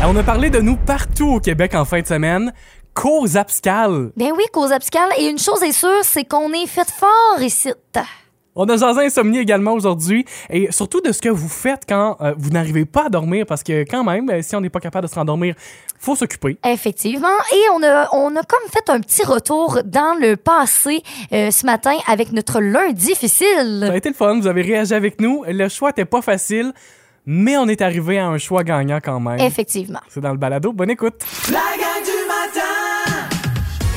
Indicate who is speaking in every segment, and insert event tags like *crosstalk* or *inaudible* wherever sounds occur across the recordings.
Speaker 1: Ah, On a parlé de nous partout au Québec en fin de semaine. Cause abscale.
Speaker 2: Ben oui, cause abscale. Et une chose est sûre, c'est qu'on est fait fort ici.
Speaker 1: On a jasé insomnie également aujourd'hui et surtout de ce que vous faites quand euh, vous n'arrivez pas à dormir parce que quand même, euh, si on n'est pas capable de se rendormir, faut s'occuper.
Speaker 2: Effectivement. Et on a, on a comme fait un petit retour dans le passé euh, ce matin avec notre lundi
Speaker 1: Ça a
Speaker 2: difficile.
Speaker 1: été le fun, vous avez réagi avec nous. Le choix n'était pas facile, mais on est arrivé à un choix gagnant quand même.
Speaker 2: Effectivement.
Speaker 1: C'est dans le balado. Bonne écoute.
Speaker 3: La gang du matin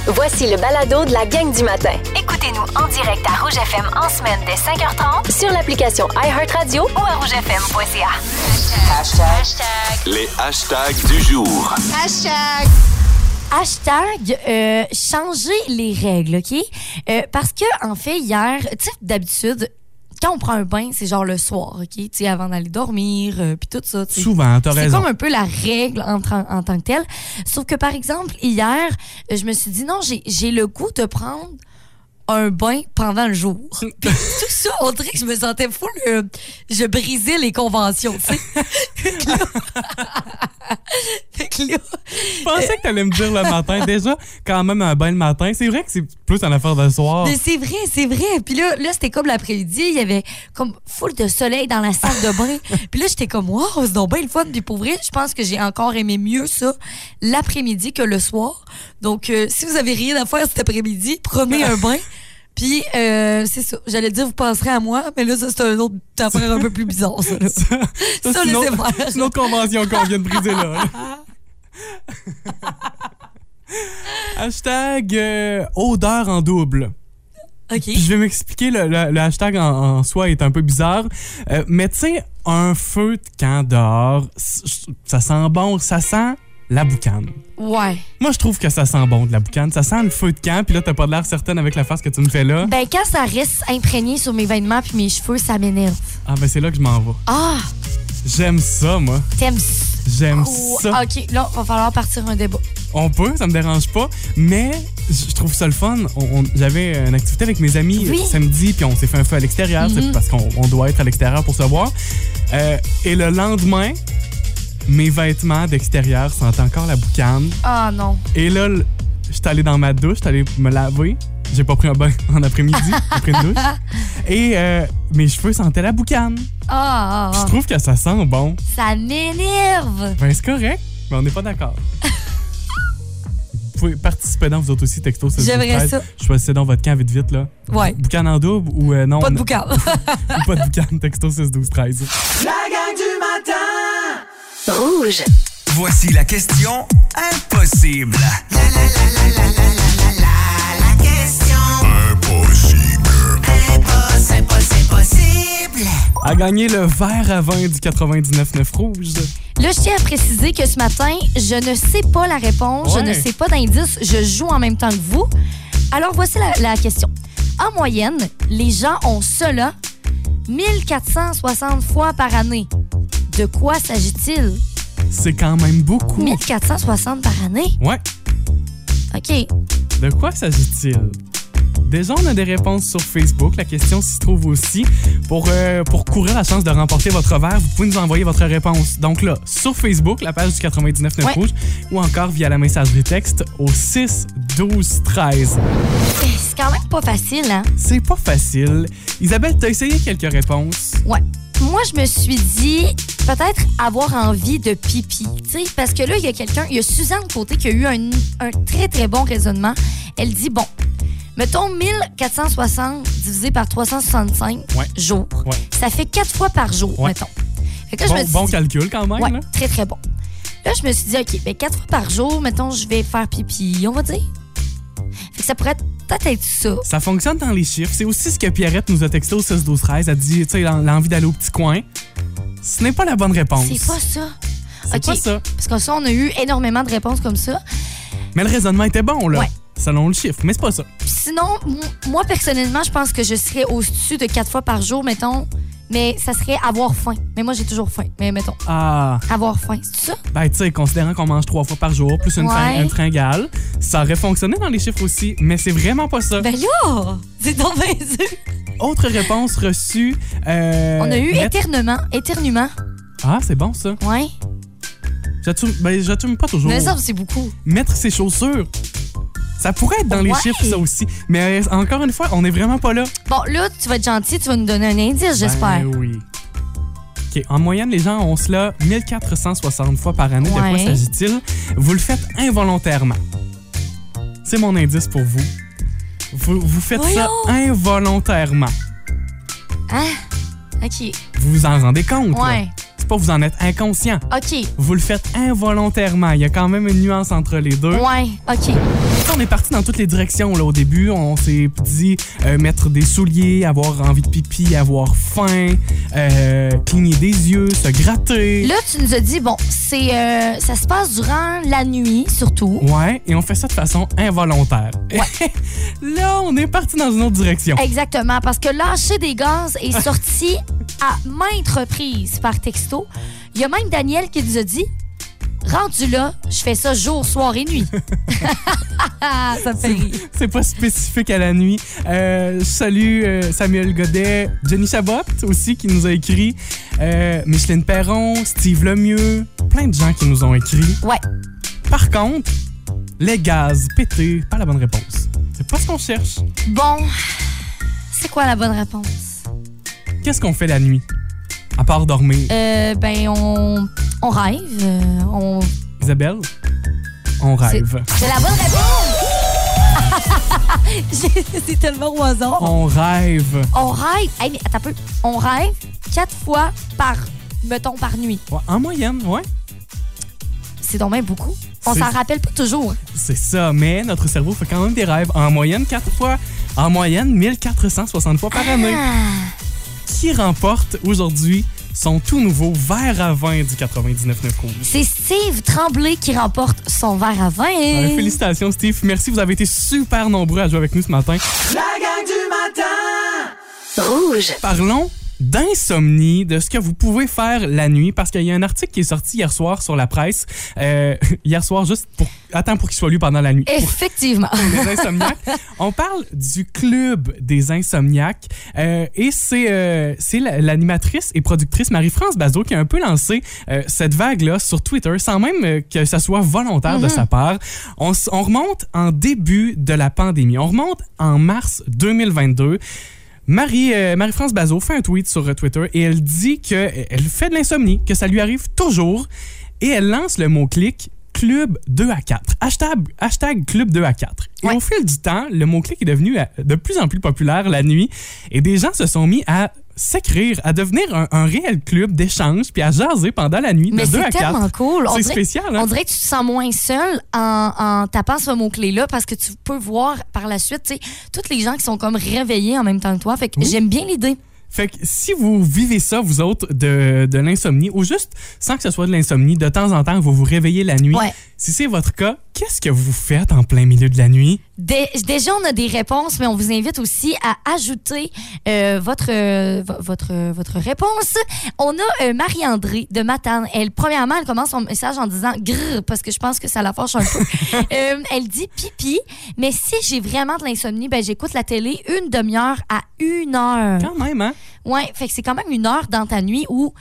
Speaker 4: Voici le balado de la gang du matin. Écoutez-nous en direct à Rouge FM en semaine dès 5h30 sur l'application iHeartRadio ou à rougefm.ca.
Speaker 5: Les hashtags du jour.
Speaker 2: Hashtag euh, changer les règles, OK? Euh, parce que, en fait, hier, tu sais, d'habitude, quand on prend un bain, c'est genre le soir, OK? Tu sais, avant d'aller dormir, euh, puis tout ça. tu sais.
Speaker 6: Souvent, t'as
Speaker 2: C'est
Speaker 6: raison.
Speaker 2: comme un peu la règle en, tra- en tant que telle. Sauf que, par exemple, hier, euh, je me suis dit, non, j'ai- j'ai le goût de prendre un bain pendant
Speaker 6: *laughs*
Speaker 2: le jour. Puis tout ça, on dirait que je me sentais fou. je brisais les conventions, tu sais. *laughs* Fait que là- fait que là,
Speaker 6: Je pensais que t'allais me dire le matin. Déjà, quand même, un bain le matin. C'est vrai que c'est plus une affaire de soir.
Speaker 2: Mais c'est vrai, c'est vrai. Puis là, là c'était comme l'après-midi, il y avait comme foule de soleil dans la salle
Speaker 6: *laughs*
Speaker 2: de bain. Puis là, j'étais comme, wow, c'est donc bien le fun. Puis pour vrai, je pense que j'ai encore aimé mieux ça l'après-midi que le soir. Donc, euh, si vous avez rien à faire cet après-midi, prenez un
Speaker 6: *laughs*
Speaker 2: bain. Puis, euh, c'est ça. J'allais dire, vous penserez à moi, mais là, ça, c'est un autre affaire un peu plus bizarre, ça.
Speaker 6: *laughs*
Speaker 2: là.
Speaker 6: Ça,
Speaker 2: ça,
Speaker 6: c'est une,
Speaker 2: laissez
Speaker 6: autre- *laughs*
Speaker 2: faire.
Speaker 6: c'est une autre convention qu'on vient de briser là.
Speaker 2: *laughs*
Speaker 6: hashtag euh, odeur en double.
Speaker 2: OK.
Speaker 6: Puis je vais m'expliquer, le, le- le hashtag en, en soi est un peu bizarre. Euh, mais tu sais, un feu de camp dehors, c- ça sent bon, ça sent la boucane.
Speaker 2: Ouais.
Speaker 6: Moi, je trouve que ça sent bon de la boucane. Ça sent le feu de camp, puis là, t'as pas de l'air certaine avec la face que tu me fais là.
Speaker 2: Ben, quand ça reste imprégné sur mes vêtements puis mes cheveux, ça m'énerve.
Speaker 6: Ah, ben c'est là que je m'en vais.
Speaker 2: Ah,
Speaker 6: J'aime ça, moi.
Speaker 2: t'aimes ça?
Speaker 6: J'aime ça.
Speaker 2: OK, là, va falloir partir un débat.
Speaker 6: On peut, ça me dérange pas, mais je je trouve ça le fun. On- on- J'avais une activité avec mes amis
Speaker 2: Oui. Mm-hmm.
Speaker 6: euh, samedi, puis on s'est fait un feu à l'extérieur, c'est parce qu'on on doit être à l'extérieur pour se voir. Euh, et le lendemain, mes vêtements d'extérieur sentent encore la boucane.
Speaker 2: Ah non.
Speaker 6: Et là, le- je suis allé dans ma douche, je suis allé me laver. J'ai pas pris un bain *laughs* en après-midi, après une
Speaker 2: *laughs*
Speaker 6: douche. Et euh, mes cheveux sentaient la boucane.
Speaker 2: Ah,
Speaker 6: Puis Je
Speaker 2: ah, ah.
Speaker 6: trouve que ça sent bon.
Speaker 2: ça m'énerve.
Speaker 6: Ben, c'est correct, mais on n'est pas d'accord. Vous pouvez participer dans vous autres aussi, texto. 16 12
Speaker 2: J'aimerais
Speaker 6: 13.
Speaker 2: ça.
Speaker 6: Choisissez donc votre camp vite vite, là.
Speaker 2: Ouais.
Speaker 6: Boucan en double ou euh, non?
Speaker 2: Pas de
Speaker 6: n-
Speaker 2: boucan.
Speaker 6: ou *laughs* pas de boucan, texto 6 12 13.
Speaker 3: La gang du matin
Speaker 4: Rouge.
Speaker 7: Voici la question impossible.
Speaker 6: A gagné le verre à vin du 99.9 rouge.
Speaker 2: *laughs* Là, je tiens à préciser que ce matin, je ne sais pas la réponse, je
Speaker 6: Ouais.
Speaker 2: ne sais pas d'indice, je joue en même temps que vous. Alors, voici la, la question. En moyenne, les gens ont cela 1460 fois par année. De quoi s'agit-il?
Speaker 6: C'est quand même beaucoup.
Speaker 2: 1460 par année?
Speaker 6: Ouais.
Speaker 2: OK.
Speaker 6: De quoi s'agit-il? Déjà, on a des réponses sur Facebook. La question s'y trouve aussi. Pour, euh, pour courir la chance de remporter votre verre, vous pouvez nous envoyer votre réponse. Donc là, sur Facebook, la page du 99.9
Speaker 2: Ouais.
Speaker 6: Rouge, ou encore via la messagerie texte au 6 12 13.
Speaker 2: C'est quand même pas facile, hein?
Speaker 6: C'est pas facile. Isabelle, t'as essayé quelques réponses.
Speaker 2: Ouais. Moi, je me suis dit peut-être avoir envie de pipi. tu sais, Parce que là, il y a quelqu'un, il y a Suzanne Côté qui a eu un, un très, très bon raisonnement. Elle dit bon, mettons 1460 divisé par 365
Speaker 6: Ouais.
Speaker 2: jours.
Speaker 6: Ouais.
Speaker 2: Ça fait quatre fois par jour,
Speaker 6: Ouais.
Speaker 2: mettons. Fait que là, je me
Speaker 6: Bon,
Speaker 2: suis
Speaker 6: bon
Speaker 2: dit,
Speaker 6: calcul quand même.
Speaker 2: ouais,
Speaker 6: là.
Speaker 2: très, très bon. Là, je me suis dit, OK, ben quatre fois par jour, mettons, je vais faire pipi, on va dire. Fait que ça pourrait être- peut-être être ça.
Speaker 6: Ça fonctionne dans les chiffres. C'est aussi ce que Pierrette nous a texté au 6 12 13. Elle dit, tu sais, l'en- l'envie d'aller au petit coin. Ce n'est pas la bonne réponse.
Speaker 2: C'est pas ça.
Speaker 6: C'est
Speaker 2: OK.
Speaker 6: pas ça.
Speaker 2: Parce que ça, on a eu énormément de réponses comme ça.
Speaker 6: Mais le raisonnement était bon, là.
Speaker 2: Ouais.
Speaker 6: Selon le chiffre, mais c'est pas ça.
Speaker 2: Sinon, m- moi, personnellement, je pense que je serais au-dessus de quatre fois par jour, mettons. Mais ça serait avoir faim. Mais moi, j'ai toujours faim. Mais mettons,
Speaker 6: Ah,
Speaker 2: avoir faim, c'est ça?
Speaker 6: ben tu sais, considérant qu'on mange trois fois par jour, plus une,
Speaker 2: Ouais.
Speaker 6: trin- une tringale, ça aurait fonctionné dans les chiffres aussi, mais c'est vraiment pas ça.
Speaker 2: Ben là! C'est donc bien sûr.
Speaker 6: Autre réponse reçue. euh,
Speaker 2: On a eu
Speaker 6: mettre-
Speaker 2: éternement. Éternuement.
Speaker 6: Ah, c'est bon ça.
Speaker 2: Ouais.
Speaker 6: J'assume ben, j'assume pas toujours.
Speaker 2: Mais ça, c'est beaucoup.
Speaker 6: Mettre ses chaussures. Ça pourrait être dans les
Speaker 2: Ouais.
Speaker 6: chiffres, ça aussi. Mais euh, encore une fois, on n'est vraiment pas là.
Speaker 2: Bon, là, tu vas être gentil, tu vas nous donner un indice, j'espère.
Speaker 6: Ben oui. OK, en moyenne, les gens ont cela 1460 fois par année. De quoi
Speaker 2: Ouais.
Speaker 6: s'agit-il? Vous le faites involontairement. C'est mon indice pour vous. Vous, vous faites ça involontairement.
Speaker 2: Hein? OK.
Speaker 6: Vous vous en rendez compte. là.
Speaker 2: Ouais.
Speaker 6: C'est pas vous en êtes inconscient.
Speaker 2: OK.
Speaker 6: Vous le faites involontairement. Il y a quand même une nuance entre les deux.
Speaker 2: Ouais. OK.
Speaker 6: On est parti dans toutes les directions là au début. On s'est dit euh, mettre des souliers, avoir envie de pipi, avoir faim, euh, cligner des yeux, se gratter.
Speaker 2: Là, tu nous as dit, bon, c'est euh, ça se passe durant la nuit, surtout.
Speaker 6: Ouais, et on fait ça de façon involontaire. *laughs* là, on est parti dans une autre direction.
Speaker 2: Exactement, parce que lâcher des gaz est sorti à maintes reprises par texto. Il y a même Daniel qui nous a dit Rendu là, je fais ça jour, soir et nuit. *laughs* ça me fait rire.
Speaker 6: C'est pas spécifique à la nuit. Euh, salut euh, Samuel Godet, Jenny Chabot aussi qui nous a écrit, euh, Micheline Perron, Steve Lemieux, plein de gens qui nous ont écrit.
Speaker 2: Ouais.
Speaker 6: Par contre, les gaz pétés, pas la bonne réponse. C'est pas ce qu'on cherche.
Speaker 2: Bon, c'est quoi la bonne réponse
Speaker 6: Qu'est-ce qu'on fait la nuit? À part dormir.
Speaker 2: Euh, ben, on, on rêve. euh, on...
Speaker 6: Isabelle, on rêve.
Speaker 2: C'est la bonne réponse *laughs* J'ai- C'est tellement au hasard.
Speaker 6: On rêve.
Speaker 2: On rêve. Hey, mais attends un peu. On rêve quatre fois par, mettons, par nuit.
Speaker 6: Ouais, en moyenne, ouais.
Speaker 2: C'est donc même beaucoup. On
Speaker 6: C'est-
Speaker 2: s'en rappelle pas toujours.
Speaker 6: C'est ça, mais notre cerveau fait quand même des rêves. En moyenne, 4 fois. En moyenne, 1460 fois par année.
Speaker 2: Ah!
Speaker 6: Qui remporte aujourd'hui son tout nouveau verre à vin du 99.9 Rouge?
Speaker 2: C'est Steve Tremblay qui remporte son verre à vin.
Speaker 6: Euh, Félicitations, Steve. Merci, vous avez été super nombreux à jouer avec nous ce matin.
Speaker 3: La gang du matin!
Speaker 6: Parlons d'insomnie, de ce que vous pouvez faire la nuit, parce qu'il y a un article qui est sorti hier soir sur la presse. Euh, *laughs* hier soir, juste pour... Attends pour qu'il soit lu pendant la nuit.
Speaker 2: Effectivement.
Speaker 6: *laughs* des insomniaques. On parle du club des insomniaques euh, et c'est euh, c'est la- l'animatrice et productrice Marie-France Bazot qui a un peu lancé euh, cette vague-là sur Twitter sans même euh, que ça soit volontaire de sa part. On, s- on remonte en début de la pandémie. On remonte en mars 2022. Marie, euh, Marie-France Bazot fait un tweet sur euh, Twitter et elle dit qu'elle fait de l'insomnie, que ça lui arrive toujours et elle lance le mot-clic club 2 à 4. Hashtag, hashtag club 2 à 4. Et
Speaker 2: Ouais.
Speaker 6: au fil du temps, le mot-clic est devenu euh, de plus en plus populaire la nuit et des gens se sont mis à s'écrire, à devenir un, un réel club d'échange puis à jaser pendant la nuit
Speaker 2: Mais
Speaker 6: de 2 à
Speaker 2: c'est
Speaker 6: 4.
Speaker 2: tellement cool. On
Speaker 6: C'est
Speaker 2: dirait,
Speaker 6: spécial, hein?
Speaker 2: on dirait que tu te sens moins seul en, en tapant ce mot-clé-là parce que tu peux voir par la suite, tu sais, toutes les gens qui sont comme réveillés en même temps que toi. Fait que j'aime bien l'idée.
Speaker 6: Fait que si vous vivez ça, vous autres, de, de l'insomnie, ou juste sans que ce soit de l'insomnie, de temps en temps, vous vous réveillez la nuit.
Speaker 2: Ouais.
Speaker 6: Si c'est votre cas, qu'est-ce que vous faites en plein milieu de la nuit?
Speaker 2: Dé- déjà, on a des réponses, mais on vous invite aussi à ajouter euh, votre, euh, vo- votre, euh, votre réponse. On a euh, Marie-André de Matane. Elle, premièrement, elle commence son message en disant grrr, parce que je pense que ça la fâche un peu. Euh, elle dit pipi, mais si j'ai vraiment de l'insomnie, ben, j'écoute la télé une demi-heure à une heure.
Speaker 6: Quand même, hein?
Speaker 2: Ouais, fait que c'est quand même une heure dans ta nuit où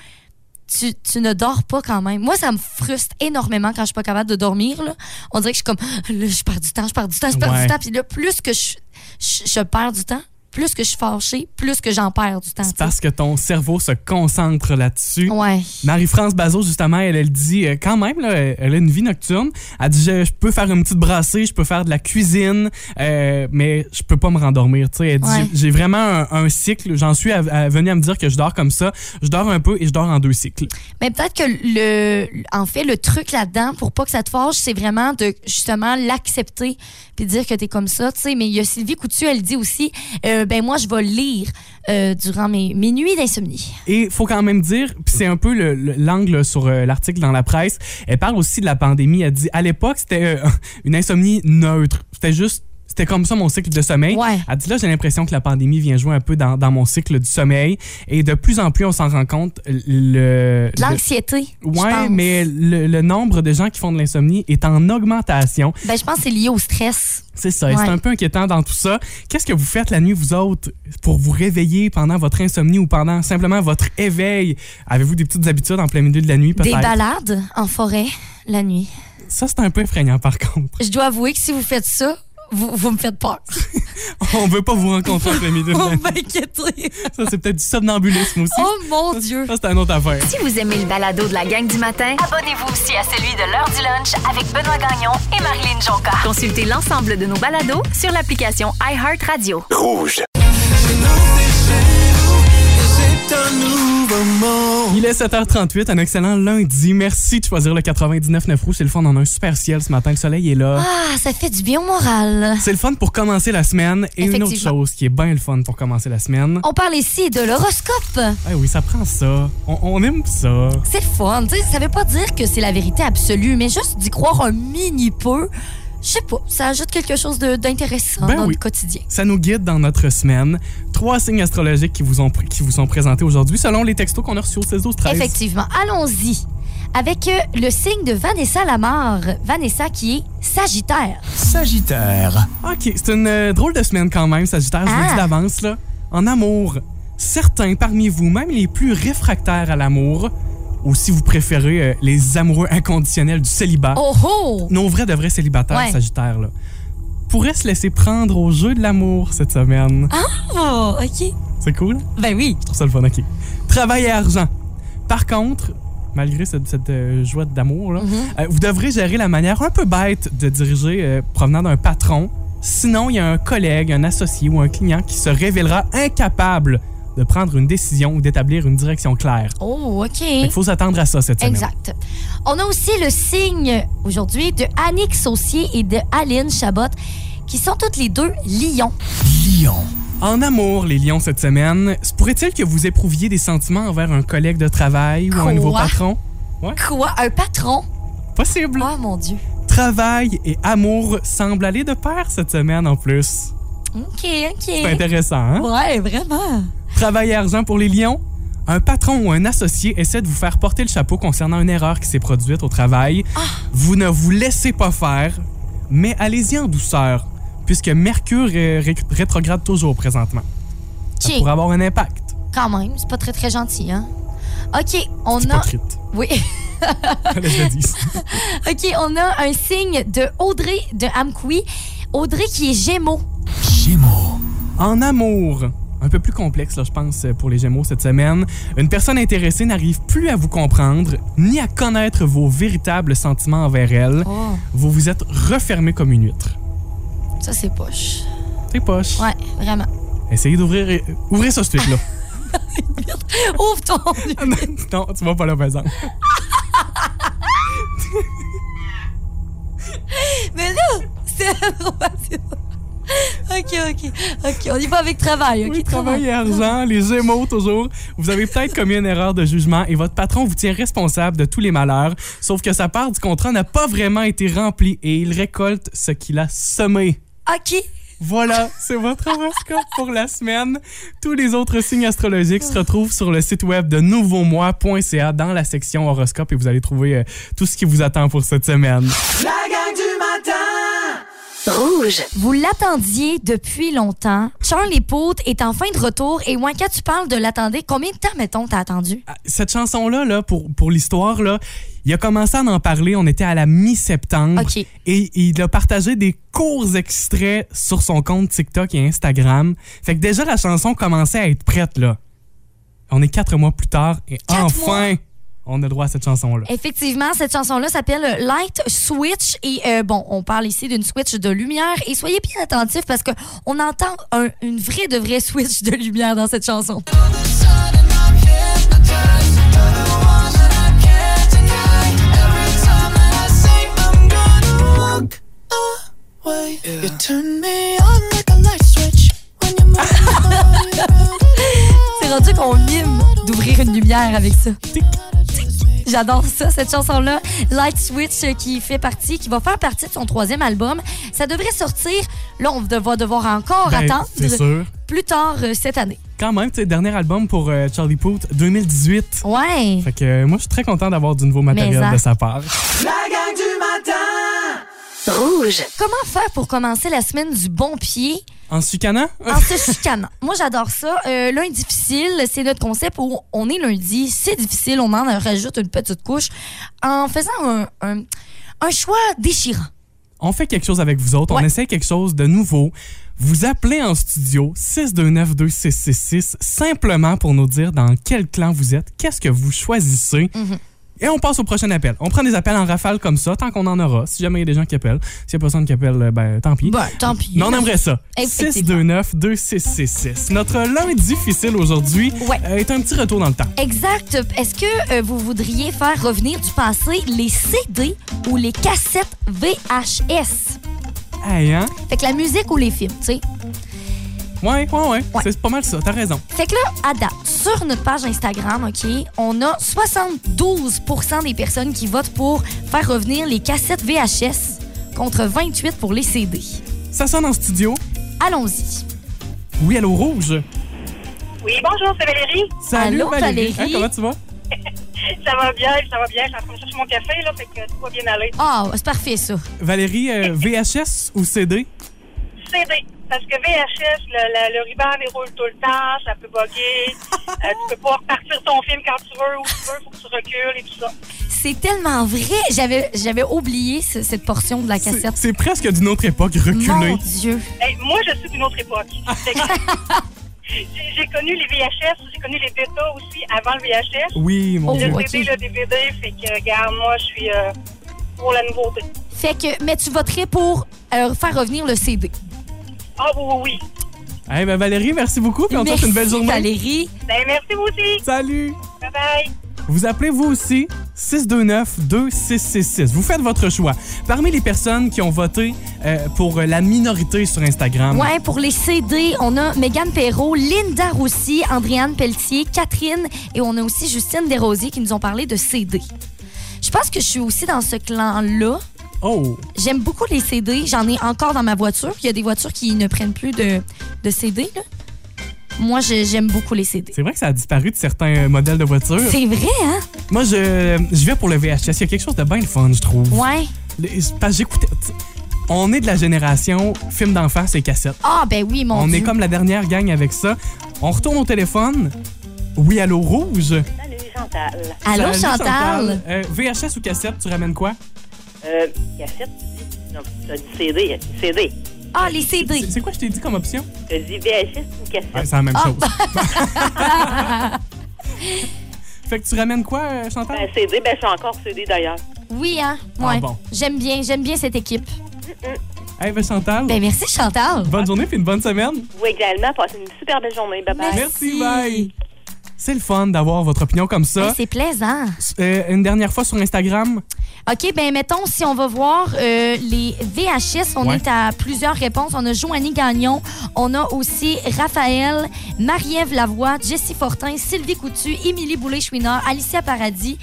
Speaker 2: tu, tu ne dors pas quand même. Moi, ça me frustre énormément quand je suis pas capable de dormir. Là. On dirait que je suis comme, *gasps* là, je perds du temps, je perds du temps, je perds
Speaker 6: Ouais.
Speaker 2: du temps. Puis là, plus que je, je, je perds du temps, plus que je suis fâchée, plus que j'en perds du temps. tu sais.
Speaker 6: Parce que ton cerveau se concentre là-dessus.
Speaker 2: Ouais.
Speaker 6: Marie-France Bazot, justement, elle, elle dit euh, quand même, là, elle- elle a une vie nocturne. Elle dit je, je peux faire une petite brassée, je peux faire de la cuisine, euh, mais je peux pas me rendormir. tu sais. Elle dit
Speaker 2: Ouais.
Speaker 6: j'ai vraiment un, un cycle. J'en suis à, à- venue à me dire que je dors comme ça. Je dors un peu et je dors en deux cycles.
Speaker 2: Mais peut-être que le, en fait, le truc là-dedans, pour pas que ça te fâche, c'est vraiment de justement l'accepter puis dire que t'es comme ça, tu sais. Mais il y a Sylvie Coutu, elle dit aussi, euh, ben moi, je vais lire euh, durant mes, mes nuits d'insomnie.
Speaker 6: Et faut quand même dire, puis c'est un peu le- le- l'angle sur euh, l'article dans la presse, elle parle aussi de la pandémie. Elle dit à l'époque, c'était euh, *laughs* une insomnie neutre. C'était juste. C'était comme ça mon cycle de sommeil.
Speaker 2: Ouais.
Speaker 6: Elle dit là, j'ai l'impression que la pandémie vient jouer un peu dans, dans mon cycle du sommeil. Et de plus en plus, on s'en rend compte. Le,
Speaker 2: De l'anxiété.
Speaker 6: le-
Speaker 2: je
Speaker 6: ouais,
Speaker 2: pense.
Speaker 6: mais le, le nombre de gens qui font de l'insomnie est en augmentation.
Speaker 2: Ben, je pense que c'est lié au stress.
Speaker 6: C'est ça, et
Speaker 2: Ouais.
Speaker 6: c'est un peu inquiétant dans tout ça. Qu'est-ce que vous faites la nuit, vous autres, pour vous réveiller pendant votre insomnie ou pendant simplement votre éveil? Avez-vous des petites habitudes en plein milieu de la nuit,
Speaker 2: Des
Speaker 6: peut-être?
Speaker 2: balades en forêt. la nuit.
Speaker 6: Ça, c'est un peu effrayant, par
Speaker 2: *laughs*
Speaker 6: contre.
Speaker 2: Je dois avouer que si vous faites ça, vous, vous me faites peur.
Speaker 6: *laughs* On veut pas vous rencontrer après midi.
Speaker 2: vous m'inquiétez.
Speaker 6: Ça, c'est peut-être du somnambulisme aussi.
Speaker 2: Oh mon Dieu.
Speaker 6: Ça, c'est une autre affaire.
Speaker 4: Si vous aimez le balado de la gang du matin, abonnez-vous aussi à celui de l'heure du lunch avec Benoît Gagnon et Marilyn Jonca. Consultez l'ensemble de nos balados sur l'application iHeartRadio.
Speaker 5: Rouge.
Speaker 2: Oh.
Speaker 6: Il est 7h38, un excellent lundi. Merci de choisir le 99.9 rouge. C'est le fun, on a un super ciel ce matin. Le soleil est là.
Speaker 2: Ah, ça fait du bien au moral.
Speaker 6: C'est le fun pour commencer la semaine. Et une autre
Speaker 2: Effectivement.
Speaker 6: chose qui est bien le fun pour commencer la semaine.
Speaker 2: On parle ici de l'horoscope.
Speaker 6: Eh oui, ça prend ça. On, on aime ça.
Speaker 2: C'est le fun. tu sais, ça veut pas dire que c'est la vérité absolue, mais juste d'y croire un mini peu, je sais pas, ça ajoute quelque chose de- d'intéressant
Speaker 6: Ben
Speaker 2: dans
Speaker 6: oui.
Speaker 2: le quotidien.
Speaker 6: Ça nous guide dans notre semaine. Trois signes astrologiques qui vous, ont, pr- qui vous sont présentés aujourd'hui selon les textos qu'on a reçus au 16 12 13
Speaker 2: Effectivement. Allons-y. Avec euh, le signe de Vanessa Lamarre. Vanessa qui est Sagittaire.
Speaker 7: Sagittaire.
Speaker 6: OK, c'est une euh, drôle de semaine quand même, Sagittaire, je vous le dis
Speaker 2: Ah.
Speaker 6: d'avance, là. En amour, certains parmi vous, même les plus réfractaires à l'amour, ou si vous préférez, euh, les amoureux inconditionnels du célibat,
Speaker 2: Oh oh!
Speaker 6: nos vrais de vrais célibataires,
Speaker 2: Ouais.
Speaker 6: Sagittaire, là, pourraient se laisser prendre au jeu de l'amour cette semaine.
Speaker 2: Oh, OK.
Speaker 6: C'est cool?
Speaker 2: Ben oui.
Speaker 6: Je trouve ça le fun, OK. Travail et argent. Par contre, malgré cette, cette, euh, joie d'amour, là,
Speaker 2: Mm-hmm.
Speaker 6: euh, vous devrez gérer la manière un peu bête de diriger euh, provenant d'un patron. Sinon, il y a un collègue, un associé ou un client qui se révélera incapable de prendre une décision ou d'établir une direction claire.
Speaker 2: Oh, OK.
Speaker 6: Il faut s'attendre à ça cette semaine.
Speaker 2: Exact. On a aussi le signe aujourd'hui de Annick Saucier et de Aline Chabot, qui sont toutes les deux lions.
Speaker 7: Lion.
Speaker 6: En amour, les lions, cette semaine, se pourrait-il que vous éprouviez des sentiments envers un collègue de travail ou un nouveau
Speaker 2: Quoi?
Speaker 6: patron?
Speaker 2: Quoi? Un patron?
Speaker 6: Possible.
Speaker 2: Oh mon Dieu.
Speaker 6: Travail et amour semblent aller de pair cette semaine en plus.
Speaker 2: OK,
Speaker 6: C'est
Speaker 2: OK.
Speaker 6: intéressant, hein?
Speaker 2: Ouais, vraiment.
Speaker 6: Travail et argent pour les lions. Un patron ou un associé essaie de vous faire porter le chapeau concernant une erreur qui s'est produite au travail.
Speaker 2: Ah!
Speaker 6: Vous ne vous laissez pas faire, mais allez-y en douceur, puisque Mercure euh, ré- rétrograde toujours présentement.
Speaker 2: OK,
Speaker 6: Pour avoir un impact.
Speaker 2: quand même, c'est pas très, très gentil, hein? OK, on
Speaker 6: C'est *laughs*
Speaker 2: a...
Speaker 6: hypocrite.
Speaker 2: Oui.
Speaker 6: Fallait que je le dise.
Speaker 2: OK, on a un signe de Audrey de Amkoui. Audrey qui est Gémeaux.
Speaker 7: Gémeaux.
Speaker 6: En amour, un peu plus complexe, là, je pense, pour les Gémeaux cette semaine, une personne intéressée n'arrive plus à vous comprendre ni à connaître vos véritables sentiments envers elle.
Speaker 2: Oh,
Speaker 6: Vous vous êtes refermé comme une huître.
Speaker 2: ça, c'est poche.
Speaker 6: T'es poche.
Speaker 2: Ouais, vraiment. *laughs*
Speaker 6: Essayez d'ouvrir. et- Ouvrez ça, ce truc-là.
Speaker 2: Ouvre ton... *laughs*
Speaker 6: *laughs* non, tu vas pas là, par exemple.
Speaker 2: Mais là, c'est... *laughs* OK, OK. OK, on y va avec travail, OK?
Speaker 6: Oui, travail et argent, les Gémeaux toujours. Vous avez peut-être commis une erreur de jugement et votre patron vous tient responsable de tous les malheurs, sauf que sa part du contrat n'a pas vraiment été remplie et il récolte ce qu'il a semé.
Speaker 2: OK.
Speaker 6: Voilà, c'est votre horoscope pour la semaine. Tous les autres signes astrologiques se retrouvent sur le site web de nouveaumois.ca dans la section horoscope et vous allez trouver euh, tout ce qui vous attend pour cette semaine.
Speaker 3: La gang du matin
Speaker 2: Vous l'attendiez depuis longtemps. Charlie Poot est en fin de retour. Et Wanka, tu parles de l'attendre. Combien de temps, mettons, t'as attendu?
Speaker 6: cette chanson-là, là, pour, pour l'histoire, là, il a commencé à en parler, on était à la mi-septembre.
Speaker 2: OK.
Speaker 6: Et il a partagé des courts extraits sur son compte TikTok et Instagram. Fait que déjà, la chanson commençait à être prête, là. On est quatre mois plus tard et
Speaker 2: Quatre
Speaker 6: enfin, on a droit à cette chanson-là.
Speaker 2: Effectivement, cette chanson-là s'appelle euh, Light Switch. Et euh, bon, on parle ici d'une switch de lumière. Et soyez bien attentifs parce qu'on entend un- une vraie de vraie switch de lumière dans cette chanson.
Speaker 8: You turn me on like a light switch when you move your body
Speaker 2: C'est rendu qu'on mime d'ouvrir une lumière avec ça. J'adore ça, cette chanson-là. Light Switch euh, qui fait partie, qui va faire partie de son troisième album. Ça devrait sortir. Là, on va devoir encore
Speaker 6: Ben,
Speaker 2: attendre
Speaker 6: c'est sûr.
Speaker 2: plus tard euh, cette année.
Speaker 6: Quand même, tu sais, dernier album pour euh, Charlie Puth, 2018.
Speaker 2: Ouais.
Speaker 6: Fait que euh, moi, je suis très content d'avoir du nouveau matériel
Speaker 2: Mais, hein.
Speaker 6: de sa part.
Speaker 3: La gang du matin
Speaker 2: Comment faire pour commencer la semaine du bon pied?
Speaker 6: En sucanant?
Speaker 2: en se chicanant. Moi, j'adore ça. Euh, lundi difficile, c'est notre concept où on est lundi, c'est difficile, on en rajoute une petite couche en faisant un, un- un choix déchirant.
Speaker 6: on fait quelque chose avec vous autres, on
Speaker 2: Ouais.
Speaker 6: essaie quelque chose de nouveau. Vous appelez en studio 629-2666 simplement pour nous dire dans quel clan vous êtes, qu'est-ce que vous choisissez.
Speaker 2: Mm-hmm.
Speaker 6: Et on passe au prochain appel. On prend des appels en rafale comme ça, tant qu'on en aura. Si jamais il y a des gens qui appellent. S'il n'y a personne qui appelle, euh, ben tant pis.
Speaker 2: Ben, tant pis.
Speaker 6: Mais on aimerait ça.
Speaker 2: Effectivement.
Speaker 6: 629-2666. Notre lundi difficile aujourd'hui
Speaker 2: Ouais.
Speaker 6: euh, est un petit retour dans le temps.
Speaker 2: Exact. Est-ce que euh, vous voudriez faire revenir du passé les CD ou les cassettes VHS?
Speaker 6: Hey, hein?
Speaker 2: Fait que la musique ou les films, tu sais.
Speaker 6: Ouais, ouais, ouais.
Speaker 2: Ouais.
Speaker 6: C'est pas mal ça, t'as raison.
Speaker 2: Fait que là, à date, sur notre page Instagram, OK, on a 72 des personnes qui votent pour faire revenir les cassettes VHS contre 28 pour les CD.
Speaker 6: Ça sonne en studio.
Speaker 2: Allons-y.
Speaker 6: Oui, allô, rouge.
Speaker 9: Oui, bonjour, c'est Valérie.
Speaker 6: Salut
Speaker 2: Allô,
Speaker 6: Valérie.
Speaker 2: Valérie.
Speaker 6: Hein, comment tu vas?
Speaker 9: Ça va bien, ça va bien. Je suis en train de chercher mon café, là, fait que tout va bien aller.
Speaker 2: Ah, c'est parfait, ça.
Speaker 6: Valérie,
Speaker 2: *laughs*
Speaker 6: euh, VHS ou CD?
Speaker 9: CD, parce que VHS, le, la- le ruban déroule tout le temps, ça peut bugger. Euh, tu peux pas repartir ton film quand tu veux, où tu veux, faut que tu recules et tout ça.
Speaker 2: C'est tellement vrai. J'avais, j'avais oublié ce- cette portion de la
Speaker 6: C'est-
Speaker 2: cassette.
Speaker 6: C'est presque d'une autre époque reculée.
Speaker 2: Mon Dieu.
Speaker 9: Hey, Eh, moi, je suis d'une autre époque. Fait que- j'ai j'ai connu les VHS, j'ai connu les bêta aussi avant le VHS.
Speaker 6: Oui, mon
Speaker 2: Oh,
Speaker 6: Dieu.
Speaker 9: Le
Speaker 2: ouais.
Speaker 9: CD, le DVD, fait que, regarde, moi, je suis euh, pour la nouveauté.
Speaker 2: Fait que, mais tu voterais pour euh, faire revenir le CD.
Speaker 9: Ah oui, oui, oui.
Speaker 6: Eh ben, Valérie, merci beaucoup. Puis on te souhaite une belle journée.
Speaker 2: Valérie.
Speaker 9: Ben, merci, vous aussi.
Speaker 6: Salut.
Speaker 9: Bye-bye.
Speaker 6: Vous appelez vous aussi 629-2666. Vous faites votre choix. Parmi les personnes qui ont voté euh, pour la minorité sur Instagram,
Speaker 2: Ouais, pour les CD, on a Mégane Perrault, Linda Roussy, Andréane Pelletier, Catherine et on a aussi Justine Desrosiers qui nous ont parlé de CD. Je pense que je suis aussi dans ce clan-là.
Speaker 6: oh,
Speaker 2: J'aime beaucoup les CD. J'en ai encore dans ma voiture. Il y a des voitures qui ne prennent plus de, de CD. là. Moi, je- j'aime beaucoup les CD.
Speaker 6: c'est vrai que ça a disparu de certains euh, modèles de voitures.
Speaker 2: C'est vrai, hein?
Speaker 6: Moi, je, je vais pour le VHS. Il y a quelque chose de bien le fun, je trouve.
Speaker 2: Ouais.
Speaker 6: Les- Parce que j'écoutais. On est de la génération film d'enfance et cassette.
Speaker 2: Ah, ben oui, mon
Speaker 6: On
Speaker 2: Dieu.
Speaker 6: est comme la dernière gang avec ça. On retourne au téléphone. Oui, allô, rouge.
Speaker 9: Salut, Chantal.
Speaker 2: Allô,
Speaker 6: Salut,
Speaker 2: Chantal?
Speaker 6: Euh, VHS ou cassette, tu ramènes quoi?
Speaker 9: Euh, cassette, tu dis? Non, t'as dit CD. CD.
Speaker 2: Ah, les CD.
Speaker 6: C'est c'est quoi je t'ai dit comme option?
Speaker 9: T'as dit VHS
Speaker 6: Ouais,
Speaker 9: ou cassette?
Speaker 6: c'est la même
Speaker 2: Ah. *laughs*
Speaker 6: chose. fait que tu ramènes quoi, euh, Chantal?
Speaker 9: Ben, CD, ben, je suis encore CD d'ailleurs.
Speaker 2: Oui, hein? Ouais.
Speaker 6: Ah, bon.
Speaker 2: J'aime bien, j'aime bien cette équipe.
Speaker 6: Eh ben, Chantal,
Speaker 2: Ben merci, Chantal.
Speaker 6: bonne journée puis une bonne semaine.
Speaker 9: Vous également, passez une super belle journée. Bye bye.
Speaker 6: Merci, bye. C'est le fun d'avoir votre opinion comme
Speaker 2: Ben,
Speaker 6: ça.
Speaker 2: c'est plaisant.
Speaker 6: Euh, une dernière fois sur Instagram,
Speaker 2: OK, ben mettons, si on va voir euh, les VHS, on
Speaker 6: Ouais.
Speaker 2: est à plusieurs réponses. On a Joanie Gagnon, on a aussi Raphaël, Marie-Ève Lavoie, Jessie Fortin, Sylvie Coutu, Émilie Boulay-Chouinard, Alicia Paradis,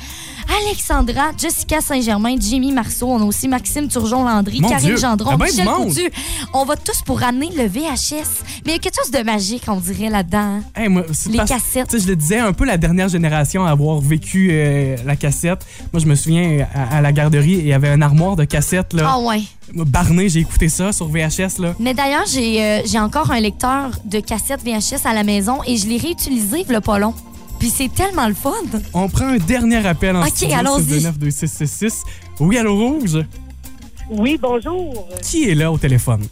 Speaker 2: Alexandra, Jessica Saint-Germain, Jimmy Marceau. On a aussi Maxime Turgeon-Landry,
Speaker 6: Mon
Speaker 2: Karine
Speaker 6: Dieu,
Speaker 2: Gendron,
Speaker 6: ah ben du
Speaker 2: Michel
Speaker 6: monde.
Speaker 2: Coutu. On va tous pour amener le VHS. Mais il y a quelque chose de magique, on dirait, là-dedans. hein.
Speaker 6: Hey, moi, c'est
Speaker 2: Les
Speaker 6: parce-
Speaker 2: cassettes.
Speaker 6: tu sais, Je le disais, un peu la dernière génération à avoir vécu euh, la cassette. Moi, je me souviens, à, à la garderie, il y avait un armoire de cassettes. Là.
Speaker 2: Ah ouais.
Speaker 6: Moi, Barney, j'ai écouté ça sur VHS. Là.
Speaker 2: Mais d'ailleurs, j'ai euh, j'ai encore un lecteur de cassette VHS à la maison et je l'ai réutilisé le pas long. Puis c'est tellement le fun.
Speaker 6: On prend un dernier appel en
Speaker 2: Ok,
Speaker 6: studio,
Speaker 2: allons-y.
Speaker 6: 629-2666. Oui, allô, Rouge?
Speaker 9: Oui, bonjour.
Speaker 6: Qui est là au téléphone?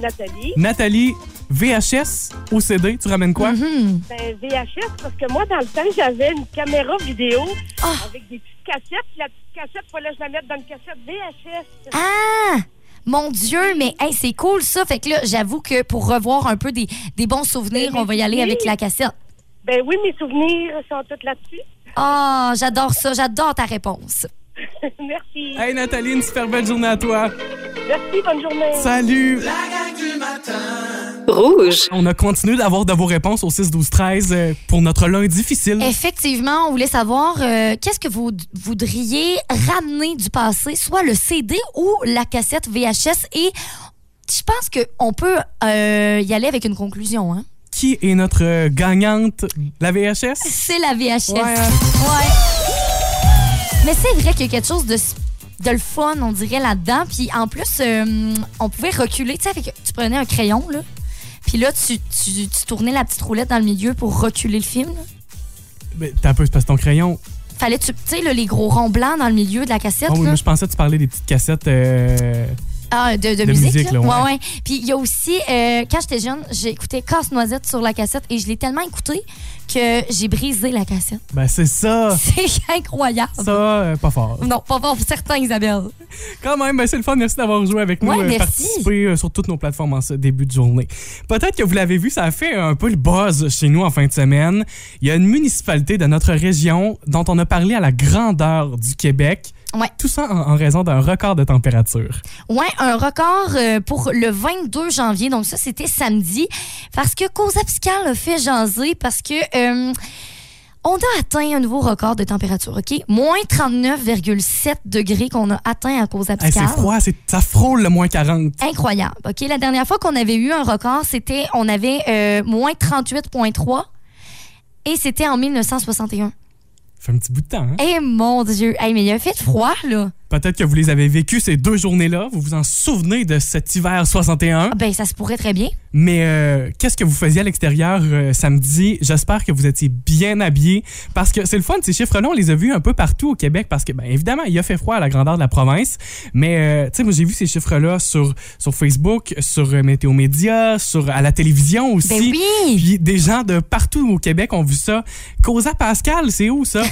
Speaker 9: Nathalie.
Speaker 6: Nathalie, VHS ou CD? Tu ramènes quoi?
Speaker 2: Mhm.
Speaker 9: Ben, VHS, parce que moi, dans le temps, j'avais une caméra vidéo
Speaker 2: Ah.
Speaker 9: avec des petites cassettes. La petite cassette, fallait que je la mette dans une cassette VHS.
Speaker 2: Ah! Mon Dieu, mais hey, c'est cool ça. Fait que là, j'avoue que pour revoir un peu des, des bons souvenirs, on va y aller avec la cassette.
Speaker 9: Ben oui, mes souvenirs sont tous là-dessus.
Speaker 2: Ah, j'adore ça. J'adore ta réponse.
Speaker 9: Merci.
Speaker 6: Hey, Nathalie, une super belle journée à toi.
Speaker 9: Merci, bonne journée.
Speaker 6: Salut!
Speaker 3: La gang du matin.
Speaker 6: On a continué d'avoir de vos réponses au 6-12-13 euh, pour notre lundi difficile.
Speaker 2: Eh. Effectivement, on voulait savoir euh, qu'est-ce que vous d- voudriez ramener du passé, soit le CD ou la cassette VHS. Et je pense qu'on peut euh, y aller avec une conclusion. Hein?
Speaker 6: Qui est notre euh, gagnante? La VHS?
Speaker 2: C'est la VHS.
Speaker 6: Ouais, hein?
Speaker 2: Ouais. Mais c'est vrai qu'il y a quelque chose de s- de le fun, on dirait, là-dedans. Puis en plus, euh, on pouvait reculer. Tu sais, avec- tu prenais un crayon, là. Puis là, tu, tu, tu tournais la petite roulette dans le milieu pour reculer le film. là.
Speaker 6: Ben, T'as un peu, c'est parce que ton crayon.
Speaker 2: Fallait tu, tu sais, là, les gros ronds blancs dans le milieu de la cassette.
Speaker 6: Ah oui,
Speaker 2: là.
Speaker 6: moi, je pensais que tu parlais des petites cassettes. euh,
Speaker 2: Ah, de,
Speaker 6: De
Speaker 2: de musique.
Speaker 6: musique, là,
Speaker 2: là. ouais.
Speaker 6: ouais.
Speaker 2: ouais, Puis il y a aussi, euh, quand j'étais jeune, j'écoutais Casse-Noisette sur la cassette et je l'ai tellement écoutée que j'ai brisé la cassette.
Speaker 6: Ben, c'est ça.
Speaker 2: *laughs* C'est incroyable.
Speaker 6: Ça, euh, pas fort.
Speaker 2: Non, pas pour certains, Isabelle.
Speaker 6: Quand même, ben c'est le fun. Merci d'avoir joué avec nous.
Speaker 2: Ouais, merci.
Speaker 6: participé euh, sur toutes nos plateformes en ce début de journée. Peut-être que vous l'avez vu, ça a fait un peu le buzz chez nous en fin de semaine. Il y a une municipalité de notre région dont on a parlé à la grandeur du Québec.
Speaker 2: Ouais.
Speaker 6: Tout ça en, en raison d'un record de température. Eh,
Speaker 2: Ouais, un record euh, pour le 22 janvier. Donc ça, c'était samedi. Parce que Cause Abscale a fait jaser parce que... euh, on a atteint un nouveau record de température, OK? Moins 39,7 degrés qu'on a atteint à cause
Speaker 6: Hey,
Speaker 2: abscale.
Speaker 6: c'est froid, c'est- ça frôle le moins 40.
Speaker 2: Incroyable. OK, la dernière fois qu'on avait eu un record, c'était, on avait euh, moins 38,3 et c'était en 1961.
Speaker 6: fait un petit bout de temps. hein?
Speaker 2: Eh mon Dieu! Hey, mais il a fait froid, là.
Speaker 6: Peut-être que vous les avez vécus ces deux journées-là. Vous vous en souvenez de cet hiver 61.
Speaker 2: Ah, Ben, ça se pourrait très bien.
Speaker 6: Mais euh, qu'est-ce que vous faisiez à l'extérieur euh, samedi? J'espère que vous étiez bien habillés. Parce que c'est le fun, ces chiffres-là, on les a vus un peu partout au Québec. Parce que, ben, évidemment, il a fait froid à la grandeur de la province. Mais, euh, tu sais, moi, j'ai vu ces chiffres-là sur, sur Facebook, sur euh, Météo Média, sur, à la télévision aussi.
Speaker 2: Ben oui!
Speaker 6: Puis des gens de partout au Québec ont vu ça. Cosa Pascal, c'est où
Speaker 2: *laughs*
Speaker 6: ça?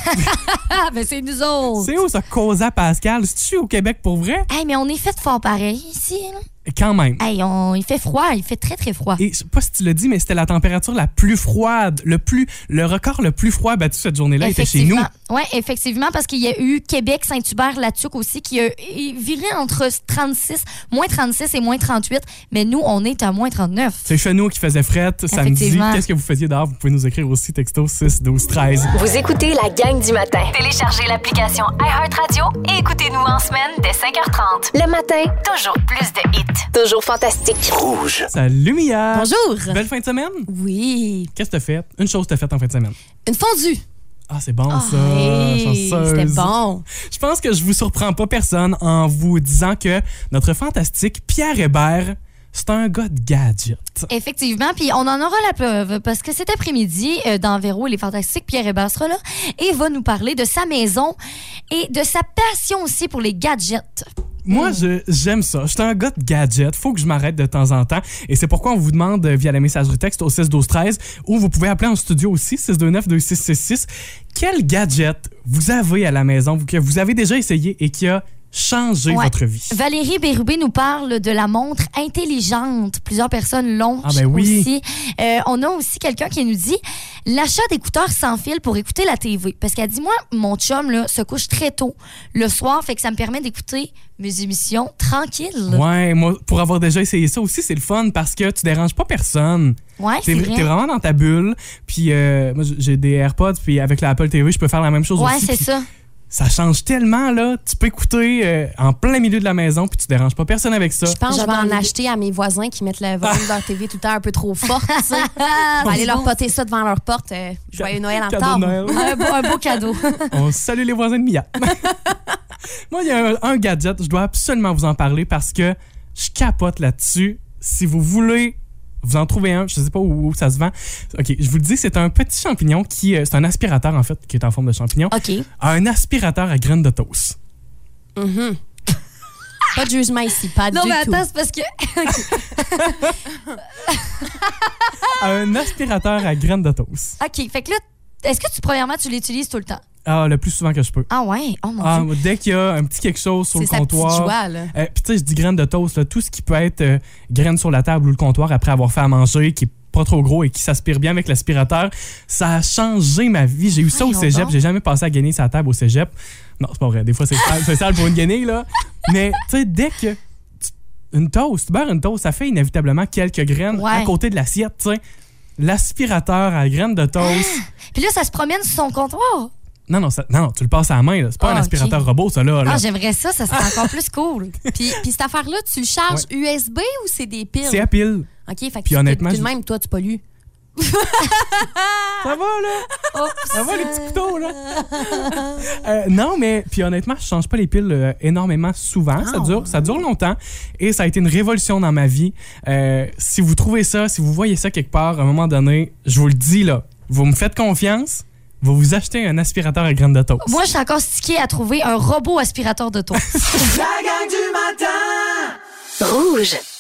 Speaker 2: Ah, ben c'est nous autres!
Speaker 6: c'est où ça, Cosa Pascal? C'est-tu au Québec pour vrai?
Speaker 2: Hey, mais on est fait fort pareil ici, là.
Speaker 6: Quand même.
Speaker 2: Hey, on, il fait froid, il fait très, très froid.
Speaker 6: Et je sais pas si tu l'as dit, mais c'était la température la plus froide, le plus, le record le plus froid battu cette journée-là était chez nous.
Speaker 2: Oui, effectivement, parce qu'il y a eu Québec, Saint-Hubert, Latuc aussi, qui a il virait entre 36, moins 36 et moins 38, mais nous, on est à moins 39.
Speaker 6: C'est chez nous qui faisait fret samedi.
Speaker 2: Effectivement.
Speaker 6: Qu'est-ce que vous faisiez dehors? Vous pouvez nous écrire aussi texto 6 12 13.
Speaker 4: Vous écoutez la gang du matin. Téléchargez l'application iHeartRadio et écoutez-nous en semaine dès 5h30. Le matin, toujours plus de hits. Toujours fantastique.
Speaker 5: Rouge.
Speaker 6: Salut Mia!
Speaker 10: Bonjour!
Speaker 6: Belle fin de semaine?
Speaker 10: Oui.
Speaker 6: Qu'est-ce que t'as fait? Une chose t'as faite en fin de semaine.
Speaker 10: Une fondue.
Speaker 6: Ah, c'est bon ça!
Speaker 10: Hey,
Speaker 6: Chanceuse.
Speaker 10: C'était bon.
Speaker 6: Je pense que je vous surprends pas personne en vous disant que notre fantastique Pierre Hébert, c'est un gars de gadget.
Speaker 2: Effectivement, puis on en aura la preuve parce que cet après-midi, euh, dans Véro et les Fantastiques, Pierre Hébert sera là et va nous parler de sa maison et de sa passion aussi pour les gadgets. Mm.
Speaker 6: Moi, je- j'aime ça. Je suis un gars de gadget. Faut que je m'arrête de temps en temps. Et c'est pourquoi on vous demande euh, via la messagerie texte au 6 12 13 ou vous pouvez appeler en studio aussi 629 2666 quel gadget vous avez à la maison vous- que vous avez déjà essayé et qui a changé
Speaker 2: Ouais.
Speaker 6: votre vie.
Speaker 2: Valérie Bérubé nous parle de la montre intelligente. Plusieurs personnes l'ont
Speaker 6: Ah ben oui.
Speaker 2: aussi. Euh, on a aussi quelqu'un qui nous dit l'achat d'écouteurs sans fil pour écouter la TV. Parce qu'elle dit, moi, mon chum là, se couche très tôt le soir, fait que ça me permet d'écouter mes émissions tranquilles.
Speaker 6: Ouais, moi, pour avoir déjà essayé ça aussi, c'est le fun parce que tu déranges pas personne.
Speaker 2: Ouais,
Speaker 6: T'es
Speaker 2: c'est
Speaker 6: t'es
Speaker 2: vrai.
Speaker 6: vraiment dans ta bulle. Puis euh, moi, j'ai des AirPods, puis avec la Apple TV, je peux faire la même chose
Speaker 2: Ouais,
Speaker 6: aussi.
Speaker 2: c'est
Speaker 6: Puis
Speaker 2: ça.
Speaker 6: ça change tellement, là. Tu peux écouter euh, en plein milieu de la maison, puis tu déranges pas personne avec ça.
Speaker 10: Je pense que je vais
Speaker 2: J'avais
Speaker 10: en
Speaker 2: envie.
Speaker 10: acheter à mes voisins qui mettent le
Speaker 6: Ah.
Speaker 10: volume de leur TV tout le temps un peu trop fort.
Speaker 2: *laughs*
Speaker 10: tu sais.
Speaker 2: Ah,
Speaker 10: Aller leur poter ça devant leur porte. euh, joyeux Noël en
Speaker 6: Cadeau
Speaker 10: retard.
Speaker 6: de
Speaker 10: *laughs*
Speaker 6: Noël.
Speaker 2: un, beau, un beau cadeau.
Speaker 6: On salue les voisins de Mia. *laughs* Moi, il y a un, un gadget, je dois absolument vous en parler parce que je capote là-dessus. Si vous voulez, vous en trouvez un, je sais pas où, où ça se vend. OK, je vous le dis, c'est un petit champignon qui... euh, C'est un aspirateur, en fait, qui est en forme de champignon.
Speaker 2: OK.
Speaker 6: Un aspirateur à graines de toast.
Speaker 10: Mhm. Pas de jugement ici, pas
Speaker 2: Non,
Speaker 10: du
Speaker 2: mais
Speaker 10: tout.
Speaker 2: attends, c'est parce que.
Speaker 6: Un aspirateur à graines de toast.
Speaker 2: OK, fait que là, est-ce que tu, premièrement, tu l'utilises tout le temps?
Speaker 6: Ah, le plus souvent que je peux.
Speaker 2: Ah ouais? Oh mon
Speaker 6: Ah,
Speaker 2: Dieu.
Speaker 6: dès qu'il y a un petit quelque chose sur
Speaker 10: C'est
Speaker 6: le
Speaker 10: sa petite
Speaker 6: comptoir...
Speaker 10: joie, là.
Speaker 6: Euh, Puis tu sais, je dis graines de toast, là, tout ce qui peut être euh, graines sur la table ou le comptoir après avoir fait à manger, qui est pas trop gros et qui s'aspire bien avec l'aspirateur, ça a changé ma vie. J'ai eu ça au
Speaker 2: Voyons
Speaker 6: cégep,
Speaker 2: donc.
Speaker 6: j'ai jamais passé à gagner sa table au cégep. Non, c'est pas vrai, des fois c'est sale, c'est sale pour une guenille, là. Mais tu sais, dès que tu- une toast, tu beurres une toast, ça fait inévitablement quelques graines
Speaker 2: Ouais.
Speaker 6: à côté de l'assiette, tu sais. L'aspirateur à graines de toast.
Speaker 2: Puis là, ça se promène sur son Ah, comptoir.
Speaker 6: Non, non, ça- non, non, tu le passes à la main, là. C'est pas
Speaker 2: Ah,
Speaker 6: un
Speaker 2: ok.
Speaker 6: aspirateur robot, ça, là. là.
Speaker 2: Ah, j'aimerais ça, ça serait
Speaker 6: *laughs*
Speaker 2: encore plus cool.
Speaker 10: Puis, puis cette affaire-là, tu le charges USB ou c'est des piles?
Speaker 6: c'est à pile.
Speaker 10: OK, fait que
Speaker 6: Puis
Speaker 10: tu-
Speaker 6: honnêtement,
Speaker 10: tout de
Speaker 6: je-
Speaker 10: même, toi, tu pollues.
Speaker 6: Ça va, là? Ça va, les petits couteaux, là? Euh, non, mais puis honnêtement, je change pas les piles euh, énormément souvent. ça, dure, ça dure longtemps et ça a été une révolution dans ma vie. Euh, si vous trouvez ça, si vous voyez ça quelque part, à un moment donné, je vous le dis, là, vous me faites confiance, vous vous achetez un aspirateur à graines de toast.
Speaker 2: Moi, je suis encore stickée à trouver un robot aspirateur de tour.
Speaker 3: La gang du matin.
Speaker 4: Rouge.